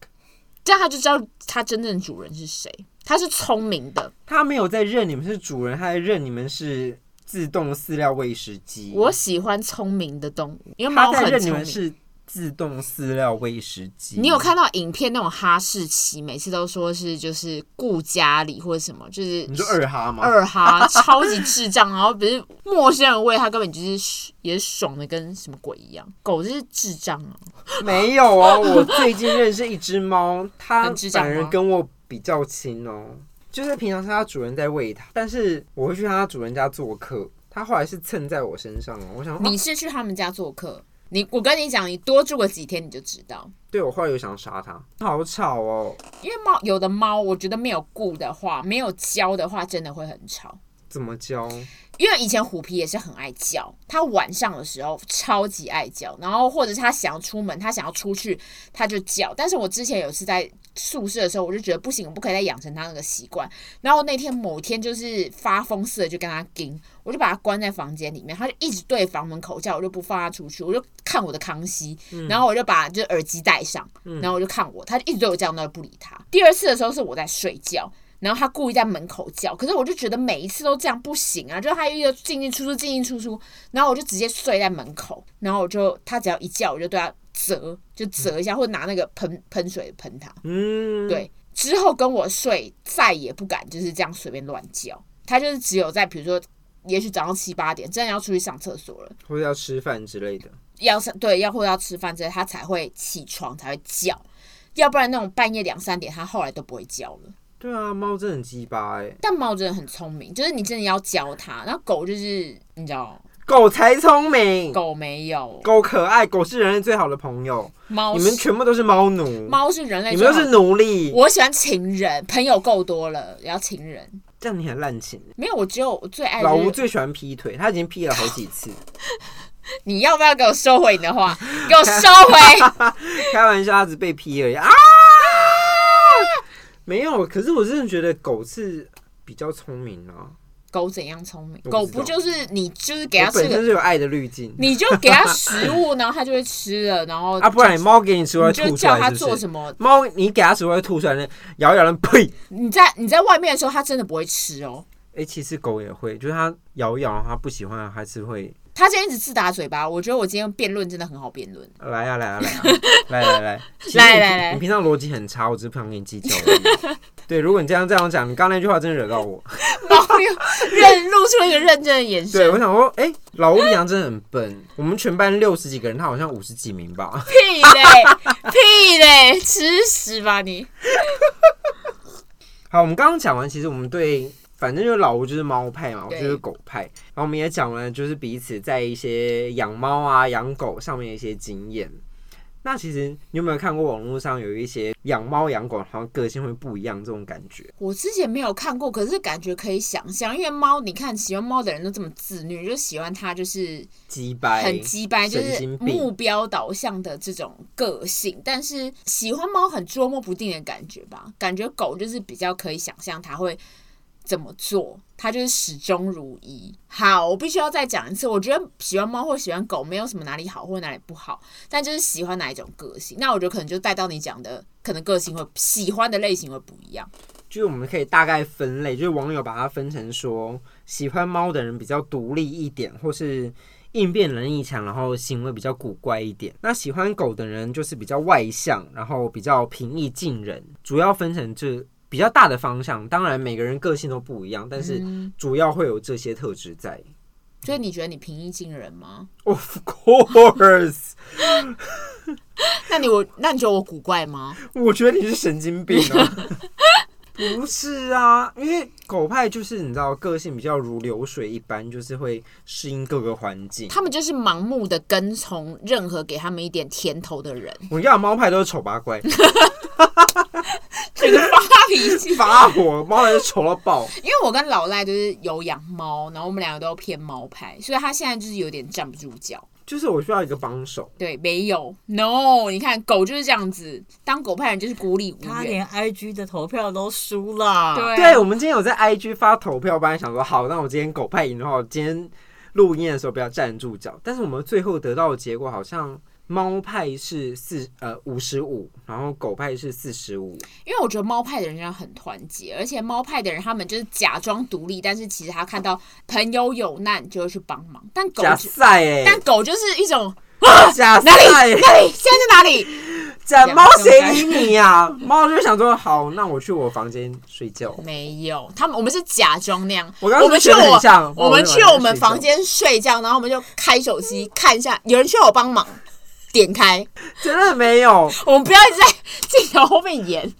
[SPEAKER 2] 这样他就知道他真正的主人是谁。他是聪明的，
[SPEAKER 1] 它没有在认你们是主人，它在认你们是自动饲料喂食机。
[SPEAKER 2] 我喜欢聪明的动物，因为
[SPEAKER 1] 它
[SPEAKER 2] 猫
[SPEAKER 1] 在
[SPEAKER 2] 很
[SPEAKER 1] 认你
[SPEAKER 2] 聪
[SPEAKER 1] 们
[SPEAKER 2] 明。
[SPEAKER 1] 是自动饲料喂食机。
[SPEAKER 2] 你有？看到影片那种哈士奇，每次都说是就是顾家里或者什么，就是
[SPEAKER 1] 你说二哈吗？
[SPEAKER 2] 二哈，超级智障，然后不是陌生人喂它，根本就是也爽的跟什么鬼一样。狗就是智障啊，
[SPEAKER 1] 没有哦，我最近认识一只猫，它
[SPEAKER 2] 很智障
[SPEAKER 1] 反
[SPEAKER 2] 吗
[SPEAKER 1] 而跟我比较亲哦，就是平常是它主人在喂它，但是我会去它主人家做客，它后来是蹭在我身上哦。我想，
[SPEAKER 2] 你
[SPEAKER 1] 哦、
[SPEAKER 2] 是去他们家做客，你我跟你讲，你多住个几天你就知道，
[SPEAKER 1] 对我后来有想杀它，好吵哦，
[SPEAKER 2] 因为猫有的猫，我觉得没有顾的话，没有教的话，真的会很吵。
[SPEAKER 1] 怎么教？
[SPEAKER 2] 因为以前虎皮也是很爱叫，它晚上的时候超级爱叫，然后或者是它想要出门，它想要出去，它就叫。但是我之前有一次在宿舍的时候，我就觉得不行，我不可以再养成它那个习惯。然后那天某天就是发疯似的就跟它盯，我就把它关在房间里面，它就一直对房门口叫，我就不放它出去，我就看我的康熙，然后我就把就是耳机戴上，然后我就看我，它就一直对我叫，那就不理它。第二次的时候是我在睡觉，然后他故意在门口叫，可是我就觉得每一次都这样不行啊，就是他又进进出出，进进出出，然后我就直接睡在门口，然后我就他只要一叫，我就对他折，就折一下，或者拿那个喷喷水喷他。
[SPEAKER 1] 嗯，，
[SPEAKER 2] 对，之后跟我睡再也不敢就是这样随便乱叫，他就是只有在比如说，也许早上七八点真的要出去上厕所了，
[SPEAKER 1] 或者要吃饭之类的。
[SPEAKER 2] 要是对要或者要吃饭之类，他才会起床才会叫，要不然那种半夜两三点，他后来都不会叫了。
[SPEAKER 1] 对啊，猫真的很鸡巴哎，
[SPEAKER 2] 但猫真的很聪明，就是你真的要教它。然后狗就是你知道，
[SPEAKER 1] 狗才聪明，
[SPEAKER 2] 狗没有，
[SPEAKER 1] 狗可爱，狗是人类最好的朋友。
[SPEAKER 2] 猫
[SPEAKER 1] 你们
[SPEAKER 2] 是
[SPEAKER 1] 全部都是猫奴，
[SPEAKER 2] 猫是人类
[SPEAKER 1] 你
[SPEAKER 2] 最
[SPEAKER 1] 们
[SPEAKER 2] 好
[SPEAKER 1] 都
[SPEAKER 2] 的，
[SPEAKER 1] 是奴隶，
[SPEAKER 2] 我喜欢情人，朋友够多了，也要情人。
[SPEAKER 1] 这样你很滥情。
[SPEAKER 2] 没有，我只有我最爱、
[SPEAKER 1] 老吴
[SPEAKER 2] 哎就是、
[SPEAKER 1] 最喜欢劈腿，他已经劈了 好几次。
[SPEAKER 2] 你要不要给我收回你的话？给我收回！
[SPEAKER 1] 开玩笑，它只被劈而已 啊！没有，可是我真的觉得狗是比较聪明啊。
[SPEAKER 2] 狗怎样聪明？
[SPEAKER 1] 我不知道
[SPEAKER 2] 狗不就是你就是给它
[SPEAKER 1] 我
[SPEAKER 2] 吃
[SPEAKER 1] 本身
[SPEAKER 2] 个，
[SPEAKER 1] 就有爱的滤镜
[SPEAKER 2] 你就给它食物，然后它就会吃了，然后
[SPEAKER 1] 啊，不然你猫给你吃
[SPEAKER 2] 就
[SPEAKER 1] 会
[SPEAKER 2] 你就
[SPEAKER 1] 吐出
[SPEAKER 2] 叫它
[SPEAKER 1] 来是
[SPEAKER 2] 做
[SPEAKER 1] 不是？
[SPEAKER 2] 什么？
[SPEAKER 1] 猫你给它吃会吐出来，那咬一咬人呸！
[SPEAKER 2] 你在你在外面的时候，它真的不会吃哦。
[SPEAKER 1] 哎、其实狗也会，就是它咬一咬，它不喜欢还是会
[SPEAKER 2] 它今天一直自打嘴巴，我觉得我今天辩论真的很好辩论。
[SPEAKER 1] 来啊来啊来啊 来来来，其实
[SPEAKER 2] 来
[SPEAKER 1] 你
[SPEAKER 2] 来来
[SPEAKER 1] 你平常逻辑很差，我只是不想跟你计较而 已。对，如果你这样这样讲，你刚刚那句话真的惹到我。
[SPEAKER 2] 猫又认露出一个认真的眼
[SPEAKER 1] 对，
[SPEAKER 2] 神，
[SPEAKER 1] 我想说，哎、老吴平常真的很笨。我们全班六十几个人，他好像五十几名吧。
[SPEAKER 2] 屁嘞屁嘞，吃屎吧你！
[SPEAKER 1] 好，我们刚刚讲完，其实我们对，反正就是老吴就是猫派嘛，我
[SPEAKER 2] 对
[SPEAKER 1] 就是狗派。然后我们也讲了，就是彼此在一些养猫啊、养狗上面的一些经验。那其实你有没有看过网络上有一些养猫养狗，好像个性会不一样这种感觉？
[SPEAKER 2] 我之前没有看过，可是感觉可以想象，因为猫，你看喜欢猫的人都这么自律，就喜欢它就是
[SPEAKER 1] 鸡掰，
[SPEAKER 2] 很鸡掰，就
[SPEAKER 1] 神
[SPEAKER 2] 是
[SPEAKER 1] 经病
[SPEAKER 2] 目标导向的这种个性。但是喜欢猫很捉摸不定的感觉吧，感觉狗就是比较可以想象它会怎么做，它就是始终如一。好，我必须要再讲一次，我觉得喜欢猫或喜欢狗没有什么哪里好或哪里不好，但就是喜欢哪一种个性。那我觉得可能就带到你讲的，可能个性会喜欢的类型会不一样。
[SPEAKER 1] 就是我们可以大概分类，就是网友把它分成说，喜欢猫的人比较独立一点，或是应变能力强，然后行为比较古怪一点。那喜欢狗的人就是比较外向，然后比较平易近人。主要分成这比较大的方向，当然每个人个性都不一样，但是
[SPEAKER 2] 嗯
[SPEAKER 1] 主要会有这些特质在。
[SPEAKER 2] 所以你觉得你平易近人吗？
[SPEAKER 1] Of course，
[SPEAKER 2] 那你我那你觉得我古怪吗？
[SPEAKER 1] 我觉得你是神经病啊！ 不是啊，因为狗派就是你知道，个性比较如流水一般，就是会适应各个环境。
[SPEAKER 2] 他们就是盲目的跟从任何给他们一点甜头的人，
[SPEAKER 1] 我要猫派都是丑八怪，
[SPEAKER 2] 这个发脾气。
[SPEAKER 1] 发火，猫派是丑到爆。
[SPEAKER 2] 因为我跟老赖就是有养猫，然后我们两个都偏猫派，所以他现在就是有点站不住脚。
[SPEAKER 1] 就是我需要一个帮手，
[SPEAKER 2] 对，没有，no，你看狗就是这样子，当狗派人就是孤立无
[SPEAKER 3] 他
[SPEAKER 2] 援。
[SPEAKER 3] 连 IG 的投票都输了。
[SPEAKER 2] 对啊
[SPEAKER 1] 对我们今天有在 IG 发投票，本来想说好，那我今天狗派赢的话，我今天录音的时候不要站住脚。但是我们最后得到的结果好像猫派是四呃五十五，55, 然后狗派是四十五。
[SPEAKER 2] 因为我觉得猫派的人真的很团结，而且猫派的人他们就是假装独立，但是其实他看到朋友有难就会去帮忙。但狗就，
[SPEAKER 1] 假赛哎、
[SPEAKER 2] 但狗就是一种
[SPEAKER 1] 假
[SPEAKER 2] 哪
[SPEAKER 1] 赛欸
[SPEAKER 2] 里，哪里，现在在哪里？
[SPEAKER 1] 假猫谁理你呀、猫就想说好，那我去我房间睡觉。
[SPEAKER 2] 没有，他们我们是假装那样。
[SPEAKER 1] 我刚刚
[SPEAKER 2] 们
[SPEAKER 1] 是
[SPEAKER 2] 去
[SPEAKER 1] 觉得很像
[SPEAKER 2] 我，我们去我
[SPEAKER 1] 我以为
[SPEAKER 2] 们
[SPEAKER 1] 是
[SPEAKER 2] 房间睡觉，然后我们就开手机看一下，有人需要我帮忙，点开。
[SPEAKER 1] 真的没有，
[SPEAKER 2] 我们不要一直在镜头后面演，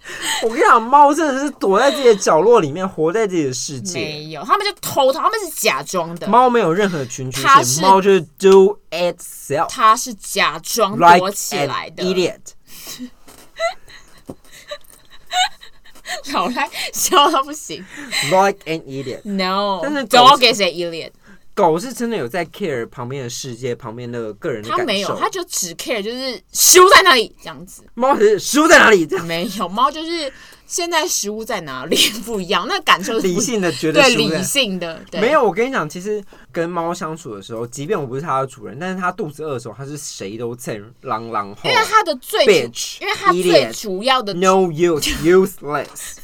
[SPEAKER 1] 我跟你讲，猫真的是躲在自己的角落里面，活在自己的世界。
[SPEAKER 2] 没有，他们就偷偷，他们是假装的，
[SPEAKER 1] 猫没有任何群居
[SPEAKER 2] 它是
[SPEAKER 1] 性，猫就是 do itself
[SPEAKER 2] 他是假装
[SPEAKER 1] like
[SPEAKER 2] 躲起
[SPEAKER 1] an
[SPEAKER 2] 来的。
[SPEAKER 1] idiot。
[SPEAKER 2] 老赖笑到不行
[SPEAKER 1] Like an idiot，
[SPEAKER 2] ，no，
[SPEAKER 1] 但是狗
[SPEAKER 2] 都
[SPEAKER 1] 是
[SPEAKER 2] 给谁依恋？
[SPEAKER 1] 狗是真的有在 care 旁边的世界，旁边的个人的
[SPEAKER 2] 他
[SPEAKER 1] 感
[SPEAKER 2] 没有，
[SPEAKER 1] 受
[SPEAKER 2] 他。就只 care 就是食物在哪里这样子。
[SPEAKER 1] 猫是食物在哪里？这样
[SPEAKER 2] 没有，猫就是现在食物在哪里 不一样，那感受是不一
[SPEAKER 1] 理性的觉得
[SPEAKER 2] 对
[SPEAKER 1] 食物在
[SPEAKER 2] 理性的，对
[SPEAKER 1] 没有，我跟你讲，其实跟猫相处的时候，即便我不是它的主人，但是它肚子饿的时候，它是谁都蹭，狼狼吼
[SPEAKER 2] 因为它的最主，
[SPEAKER 1] ，bitch，
[SPEAKER 2] 因为它最
[SPEAKER 1] idiot,
[SPEAKER 2] 主要的，因为
[SPEAKER 1] no use useless，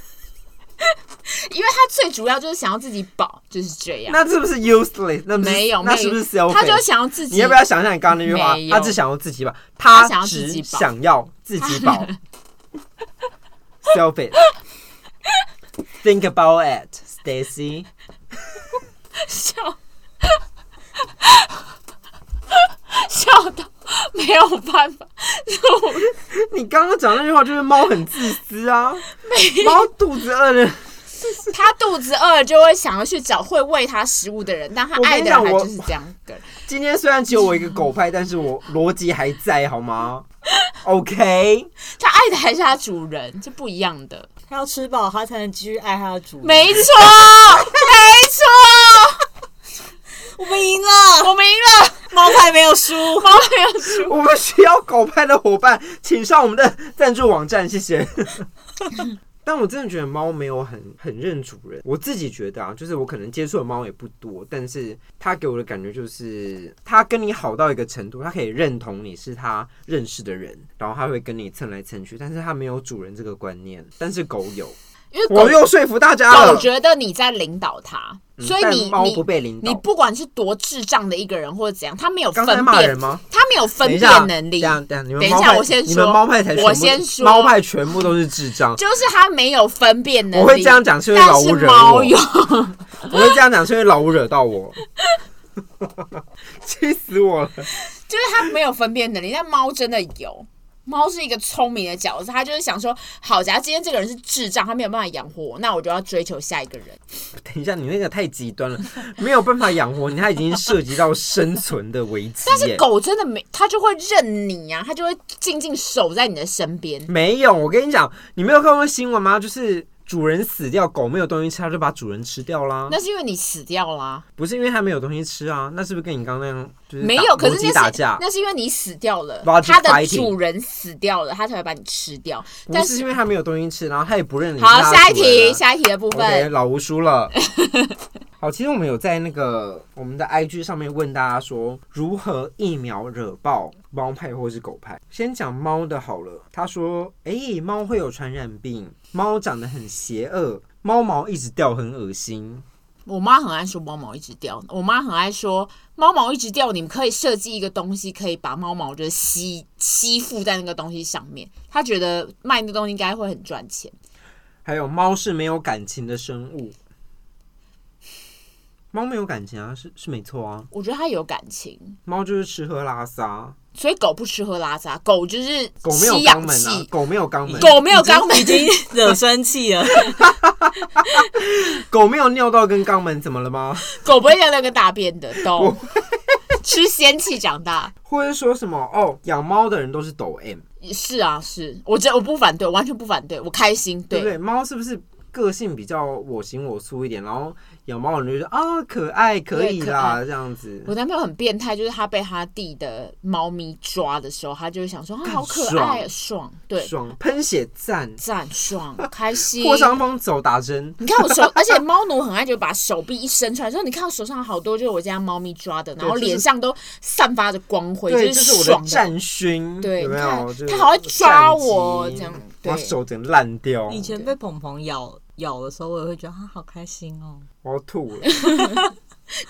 [SPEAKER 2] 它最主要就是想要自己饱，就是这样。
[SPEAKER 1] 那是不是 useless？那不是
[SPEAKER 2] 没有，
[SPEAKER 1] 那是不是
[SPEAKER 2] 没有它就
[SPEAKER 1] selfish？
[SPEAKER 2] 想要自己，
[SPEAKER 1] 你要不要想象你刚刚那句话
[SPEAKER 2] 没？有
[SPEAKER 1] 他只想要自己吧，
[SPEAKER 2] 它
[SPEAKER 1] 他
[SPEAKER 2] 想要自己
[SPEAKER 1] 只
[SPEAKER 2] 饱
[SPEAKER 1] 想要自己饱。selfish。Think about it, Stacy。
[SPEAKER 2] 笑？ 笑到没有办法录，
[SPEAKER 1] 你刚刚讲那句话就是猫很自私啊， 猫肚子饿了。
[SPEAKER 2] 它肚子饿了就会想要去找会喂它食物的人，但它
[SPEAKER 1] 我跟
[SPEAKER 2] 爱
[SPEAKER 1] 你
[SPEAKER 2] 的人
[SPEAKER 1] 讲
[SPEAKER 2] 还
[SPEAKER 1] 我
[SPEAKER 2] 就是这样跟。
[SPEAKER 1] 今天虽然只有我一个狗派，但是我逻辑还在，好吗？OK，
[SPEAKER 2] 它爱的还是它主人，这不一样的。
[SPEAKER 3] 他要吃饱，他才能继续爱他的主人。
[SPEAKER 2] 没错，没错，
[SPEAKER 3] 我们赢了，
[SPEAKER 2] 我们赢了，
[SPEAKER 3] 猫派没有输。
[SPEAKER 2] 猫没有出。
[SPEAKER 1] 我们需要狗派的伙伴，请上我们的赞助网站，谢 谢。但我真的觉得猫没有很很认主人，我自己觉得啊，就是我可能接触的猫也不多，但是它给我的感觉就是，它跟你好到一个程度，它可以认同你是它认识的人，然后它会跟你蹭来蹭去，但是它没有主人这个观念，但是狗有，
[SPEAKER 2] 因为狗
[SPEAKER 1] 我又说服大家了
[SPEAKER 2] 狗。觉得你在领导它，
[SPEAKER 1] 嗯
[SPEAKER 2] 所以
[SPEAKER 1] 但
[SPEAKER 2] 你
[SPEAKER 1] 猫
[SPEAKER 2] 你
[SPEAKER 1] 不被领
[SPEAKER 2] 你
[SPEAKER 1] 导，
[SPEAKER 2] 不管是多智障的一个人或者怎样，他没有分
[SPEAKER 1] 刚才骂
[SPEAKER 2] 辨
[SPEAKER 1] 人，吗？
[SPEAKER 2] 他没有分
[SPEAKER 1] 等一
[SPEAKER 2] 辨
[SPEAKER 1] 下
[SPEAKER 2] 能
[SPEAKER 1] 等
[SPEAKER 2] 力
[SPEAKER 1] 一，下等一下你们
[SPEAKER 2] 等一
[SPEAKER 1] 猫
[SPEAKER 2] 下
[SPEAKER 1] 派
[SPEAKER 2] 我先
[SPEAKER 1] 你们
[SPEAKER 2] 说
[SPEAKER 1] 猫派才全部
[SPEAKER 2] 我先说
[SPEAKER 1] 猫派全部都是智障。
[SPEAKER 2] 就是他没有分辨能力。
[SPEAKER 1] 我会这样讲是因为老
[SPEAKER 2] 但
[SPEAKER 1] 吴
[SPEAKER 2] 是
[SPEAKER 1] 惹
[SPEAKER 2] 猫
[SPEAKER 1] 我，
[SPEAKER 2] 有，
[SPEAKER 1] 我会这样讲是因为老吴惹到我， 气死我了！
[SPEAKER 2] 就是它没有分辨能力，但猫真的有。猫是一个聪明的角色，它就是想说，好，假如今天这个人是智障，他没有办法养活我，那我就要追求下一个人。
[SPEAKER 1] 等一下，你那个太极端了，没有办法养活你，它已经涉及到生存的危机
[SPEAKER 2] 但是
[SPEAKER 1] 耶。
[SPEAKER 2] 狗真的没，它就会认你啊，它就会静静守在你的身边。
[SPEAKER 1] 没有，我跟你讲，你没有看过新闻吗？就是主人死掉，狗没有东西吃，它就把主人吃掉啦。
[SPEAKER 2] 那是因为你死掉啦，
[SPEAKER 1] 不是因为它没有东西吃啊，那是不是跟你刚刚那样就是
[SPEAKER 2] 没
[SPEAKER 1] 打
[SPEAKER 2] 有，可是
[SPEAKER 1] 逻辑打
[SPEAKER 2] 那是
[SPEAKER 1] 架？
[SPEAKER 2] 那是因为你死掉了，
[SPEAKER 1] Logic
[SPEAKER 2] 它的
[SPEAKER 1] fighting
[SPEAKER 2] 主人死掉了，它才会把你吃掉。
[SPEAKER 1] 不
[SPEAKER 2] 但
[SPEAKER 1] 是
[SPEAKER 2] 是
[SPEAKER 1] 因为它没有东西吃，然后它也不认你是它
[SPEAKER 2] 好，
[SPEAKER 1] 的
[SPEAKER 2] 下一
[SPEAKER 1] 主人啊
[SPEAKER 2] 题，下一题的部
[SPEAKER 1] OK，
[SPEAKER 2] 分，
[SPEAKER 1] 老吴输了。 好，其实我们有在那个我们的 IG 上面问大家说，如何疫苗惹爆猫派或是狗派？先讲猫的好了。他说，诶，猫会有传染病，猫长得很邪恶，猫毛一直掉，很恶心。
[SPEAKER 2] 我妈很爱说猫毛一直掉，我妈很爱说猫毛一直掉，你们可以设计一个东西，可以把猫毛就是吸吸附在那个东西上面。她觉得卖那东西应该会很赚钱。
[SPEAKER 1] 还有，猫是没有感情的生物。猫没有感情啊，是是没错啊。
[SPEAKER 2] 我觉得它有感情，
[SPEAKER 1] 猫就是吃喝拉撒，
[SPEAKER 2] 所以狗不吃喝拉撒，狗就是
[SPEAKER 1] 狗没有
[SPEAKER 2] 吸
[SPEAKER 1] 肛
[SPEAKER 2] 氧
[SPEAKER 1] 门啊
[SPEAKER 2] 气，，
[SPEAKER 1] 狗没有肛门，
[SPEAKER 2] 狗没有肛门
[SPEAKER 3] 已。经惹生气了。
[SPEAKER 1] 狗没有尿道跟肛门，怎么了吗？
[SPEAKER 2] 狗不会在那个大便的，
[SPEAKER 1] 我
[SPEAKER 2] 都吃仙气长大。
[SPEAKER 1] 或者说什么哦，养猫的人都是抖 M，
[SPEAKER 2] 是啊，是我这我不反对，我完全不反对，我开心。
[SPEAKER 1] 对不对？
[SPEAKER 2] 对，
[SPEAKER 1] 猫是不是个性比较我行我素一点？然后养猫的人就说啊，可爱可以啦，这样子。
[SPEAKER 2] 我男朋友很变态，就是他被他弟的猫咪抓的时候，他就会想说啊，好可
[SPEAKER 1] 爽
[SPEAKER 2] 爱，爽，对，
[SPEAKER 1] 爽喷血赞，
[SPEAKER 2] 赞，爽， 开心。
[SPEAKER 1] 破伤风走打针，
[SPEAKER 2] 你看我手，而且猫奴很爱就把手臂一伸出来，说你看我手上好多就是我家猫咪抓的，然后
[SPEAKER 1] 就是
[SPEAKER 2] 脸上都散发着光辉，
[SPEAKER 1] 对，
[SPEAKER 2] 就
[SPEAKER 1] 这
[SPEAKER 2] 是
[SPEAKER 1] 是我的
[SPEAKER 2] 爽
[SPEAKER 1] 战勋，
[SPEAKER 2] 对
[SPEAKER 1] 有没
[SPEAKER 2] 你看
[SPEAKER 1] 有？就是
[SPEAKER 2] 它好会抓我
[SPEAKER 1] 战绩
[SPEAKER 2] 这样对
[SPEAKER 1] 我手整个烂掉，
[SPEAKER 3] 以前被鹏鹏咬咬的时候，我也会觉得他好开心哦。
[SPEAKER 1] 我要吐了。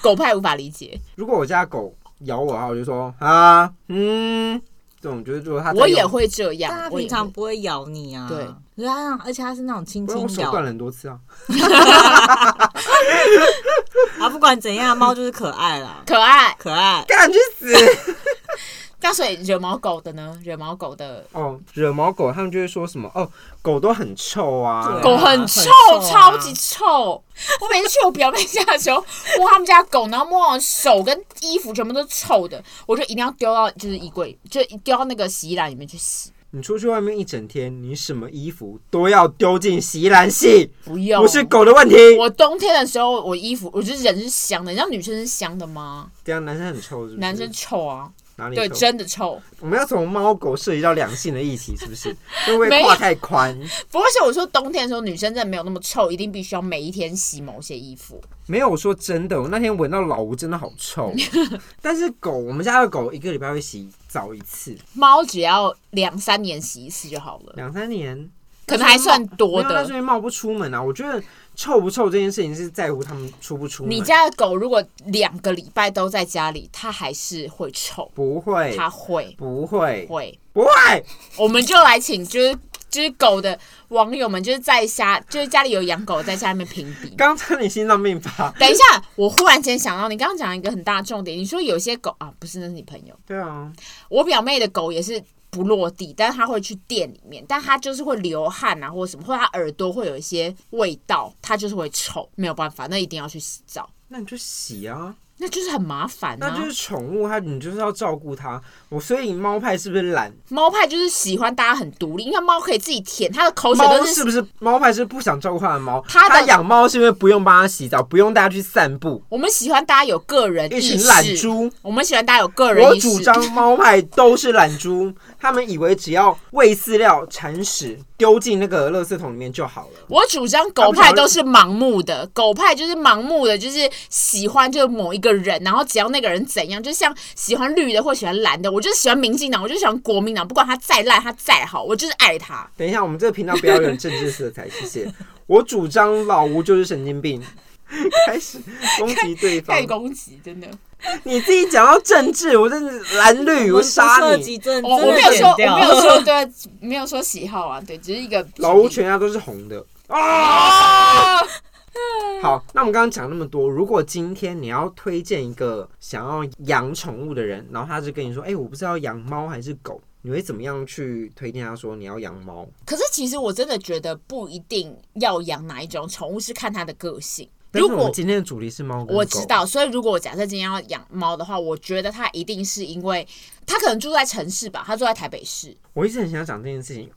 [SPEAKER 2] 狗派无法理解，
[SPEAKER 1] 如果我家狗咬我的话，我就说啊，嗯，这种就是说它再
[SPEAKER 2] 我也
[SPEAKER 1] 咬，
[SPEAKER 2] 会这
[SPEAKER 3] 但他
[SPEAKER 2] 样，我
[SPEAKER 3] 平
[SPEAKER 2] 也
[SPEAKER 3] 常
[SPEAKER 2] 会。
[SPEAKER 3] 不会咬你啊，
[SPEAKER 2] 对，
[SPEAKER 3] 对啊，而且他是那种轻
[SPEAKER 1] 不然
[SPEAKER 3] 轻
[SPEAKER 1] 我手
[SPEAKER 3] 咬
[SPEAKER 1] 断，了很多次啊。
[SPEAKER 3] 啊，不管怎样，猫就是可爱 啦，
[SPEAKER 2] 可爱，
[SPEAKER 3] 可爱。
[SPEAKER 1] 干去死！
[SPEAKER 2] 那所以惹毛狗的呢？惹毛狗的
[SPEAKER 1] 哦，惹毛狗，他们就会说什么哦，狗都很臭啊，
[SPEAKER 3] 对啊
[SPEAKER 2] 狗很臭，
[SPEAKER 3] 很臭啊
[SPEAKER 2] 超级臭。 我每次去我表妹家的时候，摸他们家狗，然后摸到手跟衣服全部都是臭的，我就一定要丢到就是衣柜，就丢到那个洗衣篮里面去洗。
[SPEAKER 1] 你出去外面一整天，你什么衣服都要丢进洗衣篮洗，
[SPEAKER 2] 不用，
[SPEAKER 1] 不是狗的问题。
[SPEAKER 2] 我冬天的时候，我衣服，我觉得人是香的，你知道女生是香的吗？
[SPEAKER 1] 这样男生很臭是不是？
[SPEAKER 2] 男生臭啊，
[SPEAKER 1] 哪里
[SPEAKER 2] 对，
[SPEAKER 1] 臭？
[SPEAKER 2] 真的臭。
[SPEAKER 1] 我们要从猫狗涉及到两性的议题，是不 是？会不会
[SPEAKER 2] 没有
[SPEAKER 1] 跨太宽？
[SPEAKER 2] 不过是我说冬天的时候，女生真的没有那么臭，一定必须要每一天洗某些衣服。
[SPEAKER 1] 没有，我说真的，我那天闻到老吴真的好臭。 但是狗，我们家的狗一个礼拜会洗澡一次，
[SPEAKER 2] 猫只要两三年洗一次就好了，
[SPEAKER 1] 两三年。
[SPEAKER 2] 可能还算
[SPEAKER 1] 没
[SPEAKER 2] 多
[SPEAKER 1] 有，那是
[SPEAKER 2] 的
[SPEAKER 1] 因。为猫不出门啊。我觉得臭不臭这件事情是在乎它们出不出门。
[SPEAKER 2] 你家的狗如果两个礼拜都在家里，它还是会臭，
[SPEAKER 1] 不会？
[SPEAKER 2] 它会
[SPEAKER 1] 不会，
[SPEAKER 2] 会。
[SPEAKER 1] 不会。
[SPEAKER 2] 我们就来请就是就是狗的网友们，就是在下就是家里有养狗在下面评比。
[SPEAKER 1] 刚差点心脏病发。
[SPEAKER 2] 等一下，我忽然间想到，你刚刚讲一个很大的重点，你说有些狗啊，不是那是你朋友，
[SPEAKER 1] 对啊，
[SPEAKER 2] 我表妹的狗也是不落地，但是它会去店里面，但它就是会流汗啊，或者什么，或者它耳朵会有一些味道，它就是会臭，没有办法，那一定要去洗澡。
[SPEAKER 1] 那你就洗啊。
[SPEAKER 2] 那就是很麻烦、啊。
[SPEAKER 1] 那就是宠物，它你就是要照顾它。我所以猫派是不是懒？
[SPEAKER 2] 猫派就是喜欢大家很独立，因为猫可以自己舔，它的口水
[SPEAKER 1] 猫
[SPEAKER 2] 都
[SPEAKER 1] 是
[SPEAKER 2] 是。
[SPEAKER 1] 不是猫派是不想照顾它的猫？
[SPEAKER 2] 它的
[SPEAKER 1] 它养猫是因为不用帮它洗澡，不用带它去散步。
[SPEAKER 2] 我们喜欢大家有个人
[SPEAKER 1] 一
[SPEAKER 2] 意
[SPEAKER 1] 群懒
[SPEAKER 2] 识，
[SPEAKER 1] 猪，
[SPEAKER 2] 我们喜欢大家有个人
[SPEAKER 1] 我
[SPEAKER 2] 意识。
[SPEAKER 1] 主张猫派都是懒猪，他们以为只要喂饲料、铲屎丢进那个垃圾桶里面就好了。
[SPEAKER 2] 我主张狗派都是盲目的，狗派就是盲目的，就是喜欢就某一个人，然后只要那个人怎样，就像喜欢绿的或喜欢蓝的，我就是喜欢民进党，我就喜欢国民党，不管他再烂，他再好，我就是爱他。
[SPEAKER 1] 等一下，我们这个频道不要有政治色彩，谢谢。 我主张老吴就是神经 病，开始攻击对方
[SPEAKER 2] 太。攻击，真的，
[SPEAKER 1] 你自己讲到政治，我真的是蓝绿，我杀你。
[SPEAKER 3] 真
[SPEAKER 2] 我我没有说，我没有说对，没有说喜好啊，对，只是一个
[SPEAKER 1] 老吴全家都是红的啊！
[SPEAKER 2] 啊，
[SPEAKER 1] 好，那我们刚刚讲那么多，如果今天你要推荐一个想要养宠物的人，然后他就跟你说：“哎、我不知道养猫还是狗。”你会怎么样去推荐他说你要养猫？
[SPEAKER 2] 可是其实我真的觉得不一定要养哪一种宠物，是看它的个性。
[SPEAKER 1] 但是
[SPEAKER 2] 如
[SPEAKER 1] 我
[SPEAKER 2] 果
[SPEAKER 1] 们今天的主题是猫跟狗，
[SPEAKER 2] 我知道，所以如果我假设今天要养猫的话，我觉得它一定是因为它可能住在城市吧，它住在台北市。
[SPEAKER 1] 我一直很想讲这件事情。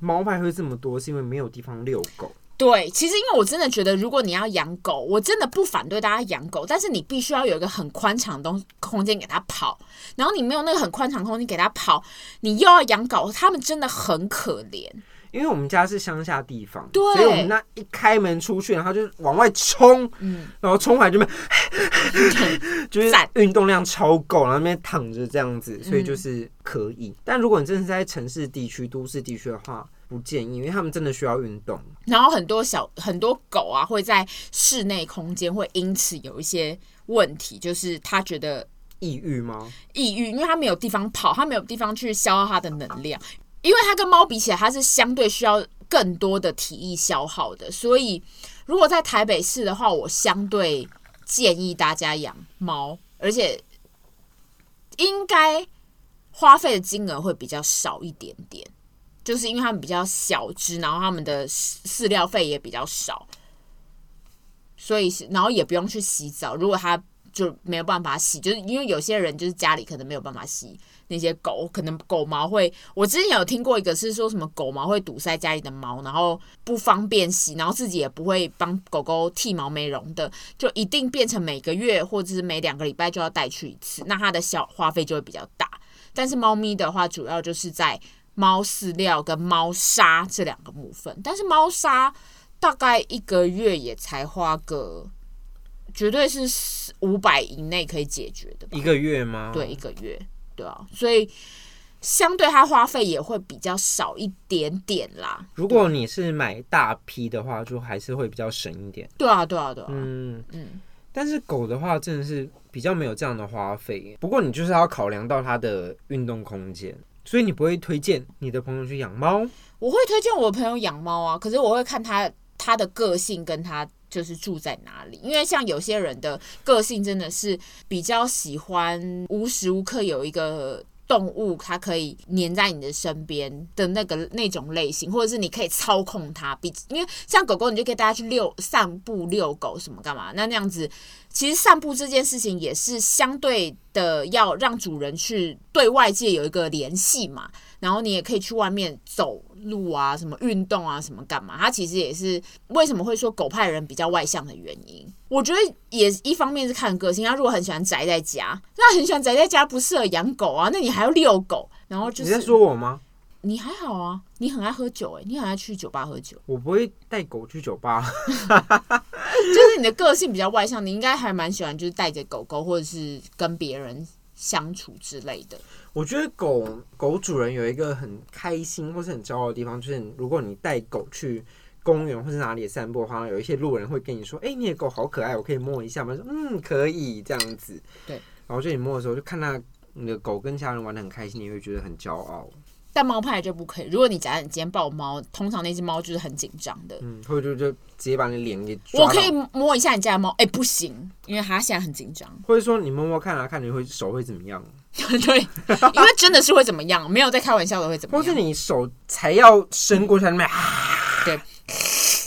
[SPEAKER 1] 猫派会这么多，是因为没有地方遛狗。
[SPEAKER 2] 对，其实因为我真的觉得，如果你要养狗，我真的不反对大家养狗，但是你必须要有一个很宽敞的东空间给它跑，然后你没有那个很宽敞的空间给它跑，你又要养狗，它们真的很可怜。
[SPEAKER 1] 因为我们家是乡下地方，
[SPEAKER 2] 对
[SPEAKER 1] 所以我们那一开门出去，然后就往外冲，
[SPEAKER 2] 嗯
[SPEAKER 1] 然后冲回来就没，就是
[SPEAKER 2] 赞
[SPEAKER 1] 运动量超够，然后那边躺着这样
[SPEAKER 2] 嗯
[SPEAKER 1] 子，所以就是可以。但如果你真的是在城市地区、都市地区的话，不建议，因为他们真的需要运动。
[SPEAKER 2] 然后很多小很多狗啊，会在室内空间会因此有一些问题，就是它觉得
[SPEAKER 1] 抑郁吗？
[SPEAKER 2] 抑郁，因为它没有地方跑，它没有地方去消耗它的能量。因为它跟猫比起来，它是相对需要更多的体力消耗的，所以如果在台北市的话，我相对建议大家养猫，而且应该花费的金额会比较少一点点，就是因为它们比较小只，然后它们的饲饲料费也比较少，所以是然后也不用去洗澡。如果它就没有办法洗，就是因为有些人就是家里可能没有办法洗那些狗，可能狗毛会。我之前有听过一个是说什么狗毛会堵塞家里的毛，然后不方便洗，然后自己也不会帮狗狗剃毛美容的，就一定变成每个月或者是每两个礼拜就要带去一次，那它的小花费就会比较大。但是猫咪的话，主要就是在猫饲料跟猫砂这两个部分，但是猫砂大概一个月也才花个，绝对是五百以内可以解决的吧？
[SPEAKER 1] 一个月吗？
[SPEAKER 2] 对，一，个月，对啊，所以相对它花费也会比较少一点点啦。
[SPEAKER 1] 如果你是买大批的话，就还是会比较省一点。
[SPEAKER 2] 对啊，对啊，对啊，
[SPEAKER 1] 嗯
[SPEAKER 2] 嗯
[SPEAKER 1] 但是狗的话，真的是比较没有这样的花费。不过你就是要考量到它的运动空间，所以你不会推荐你的朋友去养猫。
[SPEAKER 2] 我会推荐我朋友养猫啊，可是我会看他他的个性跟他就是住在哪里，因为像有些人的个性真的是比较喜欢无时无刻有一个。动物它可以黏在你的身边的那个那种类型，或者是你可以操控它，比因为像狗狗，你就可以带它去遛散步、遛狗什么干嘛？那那样子，其实散步这件事情也是相对的，要让主人去对外界有一个联系嘛。然后你也可以去外面走路啊，什么运动啊，什么干嘛？它其实也是为什么会说狗派人比较外向的原因。我觉得也一方面是看个性，他如果很喜欢宅在家，那很喜欢宅在家不适合养狗啊，那你还要遛狗，然后就
[SPEAKER 1] 你在
[SPEAKER 2] 是
[SPEAKER 1] 说我吗？
[SPEAKER 2] 你还好啊，你很爱喝酒诶、你很爱去酒吧喝酒，
[SPEAKER 1] 我不会带狗去酒吧。
[SPEAKER 2] 就是你的个性比较外向，你应该还蛮喜欢就是带着狗狗或者是跟别人相处之类的。
[SPEAKER 1] 我觉得狗狗主人有一个很开心或是很骄傲的地方，就是如果你带狗去公园或是哪里散步的话，有一些路人会跟你说：“哎、你的狗好可爱，我可以摸一下吗？”说：“嗯，可以。”这样子。
[SPEAKER 2] 对。
[SPEAKER 1] 然后就你摸的时候，就看它你的狗跟其他人玩的很开心，你会觉得很骄傲。
[SPEAKER 2] 但猫派就不可以，如果你假设你今天抱猫，通常那只猫就是很紧张 的，
[SPEAKER 1] 嗯，或者就就直接把你脸给抓
[SPEAKER 2] 我
[SPEAKER 1] 到
[SPEAKER 2] 可以摸一下你家的猫，哎、不行，因为它现在很紧 张。
[SPEAKER 1] 或者说你摸摸看啊，看你会手会怎么样，
[SPEAKER 2] 对， 因为真的是会怎么样，没有在开玩笑的会怎么
[SPEAKER 1] 或是
[SPEAKER 2] 样。
[SPEAKER 1] 你手才要伸过去，那边啊
[SPEAKER 2] 对，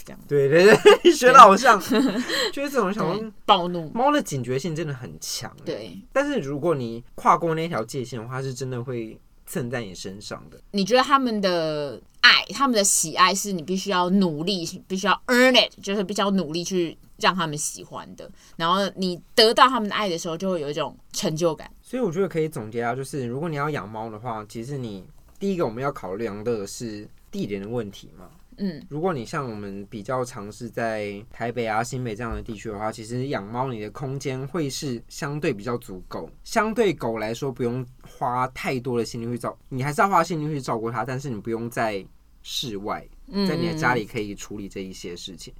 [SPEAKER 2] 这样
[SPEAKER 1] 对对对， 学的好像， 就是这种想
[SPEAKER 2] 对
[SPEAKER 1] 说，
[SPEAKER 2] 暴怒，
[SPEAKER 1] 猫的警觉性真的很强。，欸
[SPEAKER 2] 对，
[SPEAKER 1] 但是如果你跨过那条界限的话，是真的会蹭在你身上的。
[SPEAKER 2] 你觉得他们的爱，他们的喜爱是你必须要努力，必须要 earn it，就是必须要努力去让他们喜欢的。然后你得到他们的爱的时候，就会有一种成就感。
[SPEAKER 1] 所以我觉得可以总结啊，就是如果你要养猫的话，其实你第一个我们要考量的是地点的问题嘛。
[SPEAKER 2] 嗯，
[SPEAKER 1] 如果你像我们比较尝试在台北啊、新北这样的地区的话，其实养猫你的空间会是相对比较足够，相对狗来说不用花太多的心力去照，你还是要花心力去照顾它，但是你不用在室外，在你的家里可以处理这一些事情。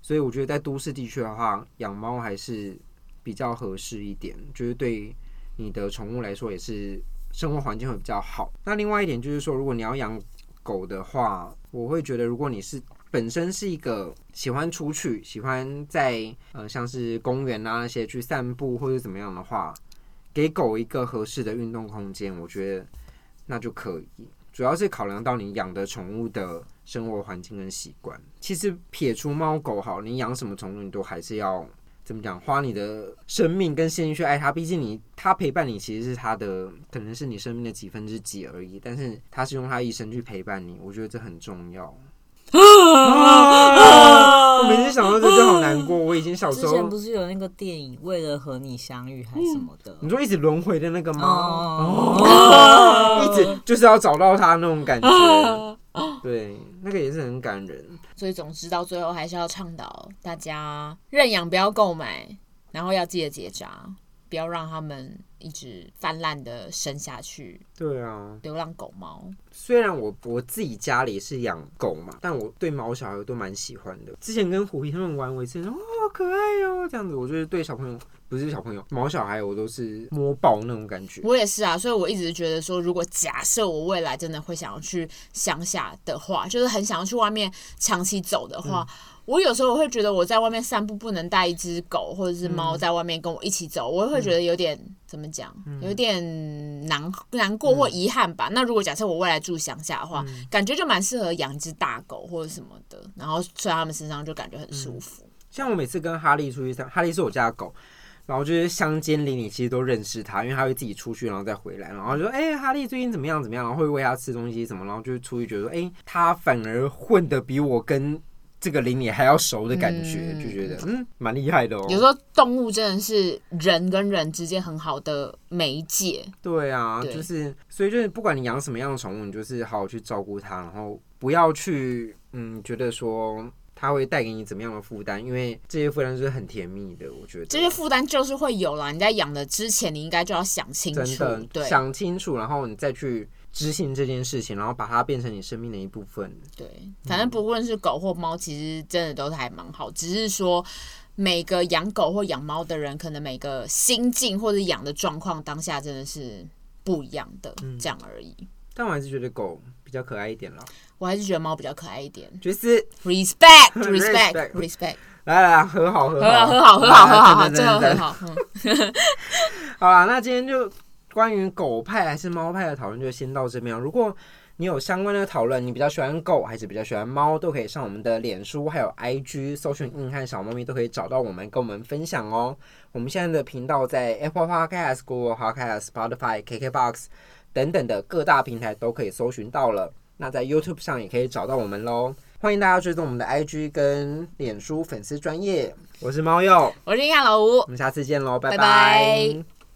[SPEAKER 1] 所以我觉得在都市地区的话，养猫还是比较合适一点，就是对你的宠物来说也是生活环境会比较好。那另外一点就是说，如果你要养狗的话，我会觉得如果你是本身是一个喜欢出去、喜欢在呃像是公园啊那些去散步或者怎么样的话，给狗一个合适的运动空间，我觉得那就可以。主要是考量到你养的宠物的生活环境跟习惯。其实撇除猫狗好，你养什么宠物，你都还是要怎么讲，花你的生命跟心力去爱它。毕竟你它陪伴你，其实是它的可能是你生命的几分之几而已，但是它是用它一生去陪伴你，我觉得这很重要。啊我每次想到这就好难过，我已经小时
[SPEAKER 3] 之前
[SPEAKER 1] 候
[SPEAKER 3] 不。是有那个电影《为了和你相遇》还是什么的？
[SPEAKER 1] 你说一直轮回的那个吗？
[SPEAKER 3] 哦，
[SPEAKER 1] 一直就是要找到它那种感觉，对，那个也是很感人。
[SPEAKER 2] 所以总之到最后还是要倡导大家认养不要购买，然后要记得结扎，不要让他们一直泛滥的生下去
[SPEAKER 1] 对啊，
[SPEAKER 2] 流浪狗猫。
[SPEAKER 1] 虽然我我自己家里是养狗嘛，但我对猫小孩都蛮喜欢的。之前跟虎皮他们玩，我一次说哦好可爱哦、这样子，我就是对小朋友不是小朋友毛小孩，我都是摸爆那种感觉。
[SPEAKER 2] 我也是啊，所以我一直觉得说，如果假设我未来真的会想要去乡下的话，就是很想要去外面长期走的话，我有时候我会觉得我在外面散步不能带一只狗或者是猫在外面跟我一起走，我会觉得有点、怎么讲，有点难难过或遗憾吧。那如果假设我未来住乡下的话，
[SPEAKER 1] 嗯
[SPEAKER 2] 感觉就蛮适合养一只大狗或者什么的，然后睡在他们身上就感觉很舒服。
[SPEAKER 1] 像我每次跟哈利出去散，哈利是我家的狗，然后就是乡间邻里其实都认识它，因为它会自己出去然后再回来，然后就说哎、哈利最近怎么样怎么样，然后会喂它吃东西什么，然后就出去觉得说哎、它反而混得比我跟这个邻里还要熟的感觉，
[SPEAKER 2] 嗯
[SPEAKER 1] 就觉得嗯蛮厉害的哦、
[SPEAKER 2] 有时候动物真的是人跟人之间很好的媒介，
[SPEAKER 1] 对啊，
[SPEAKER 2] 对
[SPEAKER 1] 就是所以就是不管你养什么样的宠物，你就是好好去照顾它，然后不要去嗯觉得说它会带给你怎么样的负担，因为这些负担是很甜蜜的，我觉得
[SPEAKER 2] 这些负担就是会有啦。你在养的之前，你应该就要想清楚，
[SPEAKER 1] 真的
[SPEAKER 2] 对
[SPEAKER 1] 想清楚，然后你再去执行这件事情，然后把它变成你生命的一部分。
[SPEAKER 2] 对，反正不论是狗或猫，其实真的都是还蛮好，只是说。每个养狗或养猫的人，可能每个心境或者养的状况当下真的是不一样的，
[SPEAKER 1] 嗯
[SPEAKER 2] 这样而已。
[SPEAKER 1] 但我还是觉得狗比较可爱一点啦。
[SPEAKER 2] 我还是觉得猫比较可爱一点。
[SPEAKER 1] 觉得 Respect
[SPEAKER 2] Respect，respect，respect，
[SPEAKER 1] 来来来，和好和
[SPEAKER 2] 和
[SPEAKER 1] 好
[SPEAKER 2] 好，和好，和 好，和好，
[SPEAKER 1] 真
[SPEAKER 2] 最
[SPEAKER 1] 的
[SPEAKER 2] 后
[SPEAKER 1] 真的
[SPEAKER 2] 和好。嗯
[SPEAKER 1] 好啦，那今天就关于狗派还是猫派的讨论就先到这边哦。如果你有相关的讨论，你比较喜欢狗还是比较喜欢猫，都可以上我们的脸书还有 IG 搜寻“硬汉小猫咪”，都可以找到我们，跟我们分享哦。我们现在的频道在 Apple Podcast、Google Podcast、Spotify、KKBox 等等的各大平台都可以搜寻到了。那在 YouTube 上也可以找到我们喽。欢迎大家追踪我们的 IG 跟脸书粉丝专业。我是猫鼬，
[SPEAKER 2] 我是硬汉老吴
[SPEAKER 1] 我，们下次见喽，拜
[SPEAKER 2] 拜拜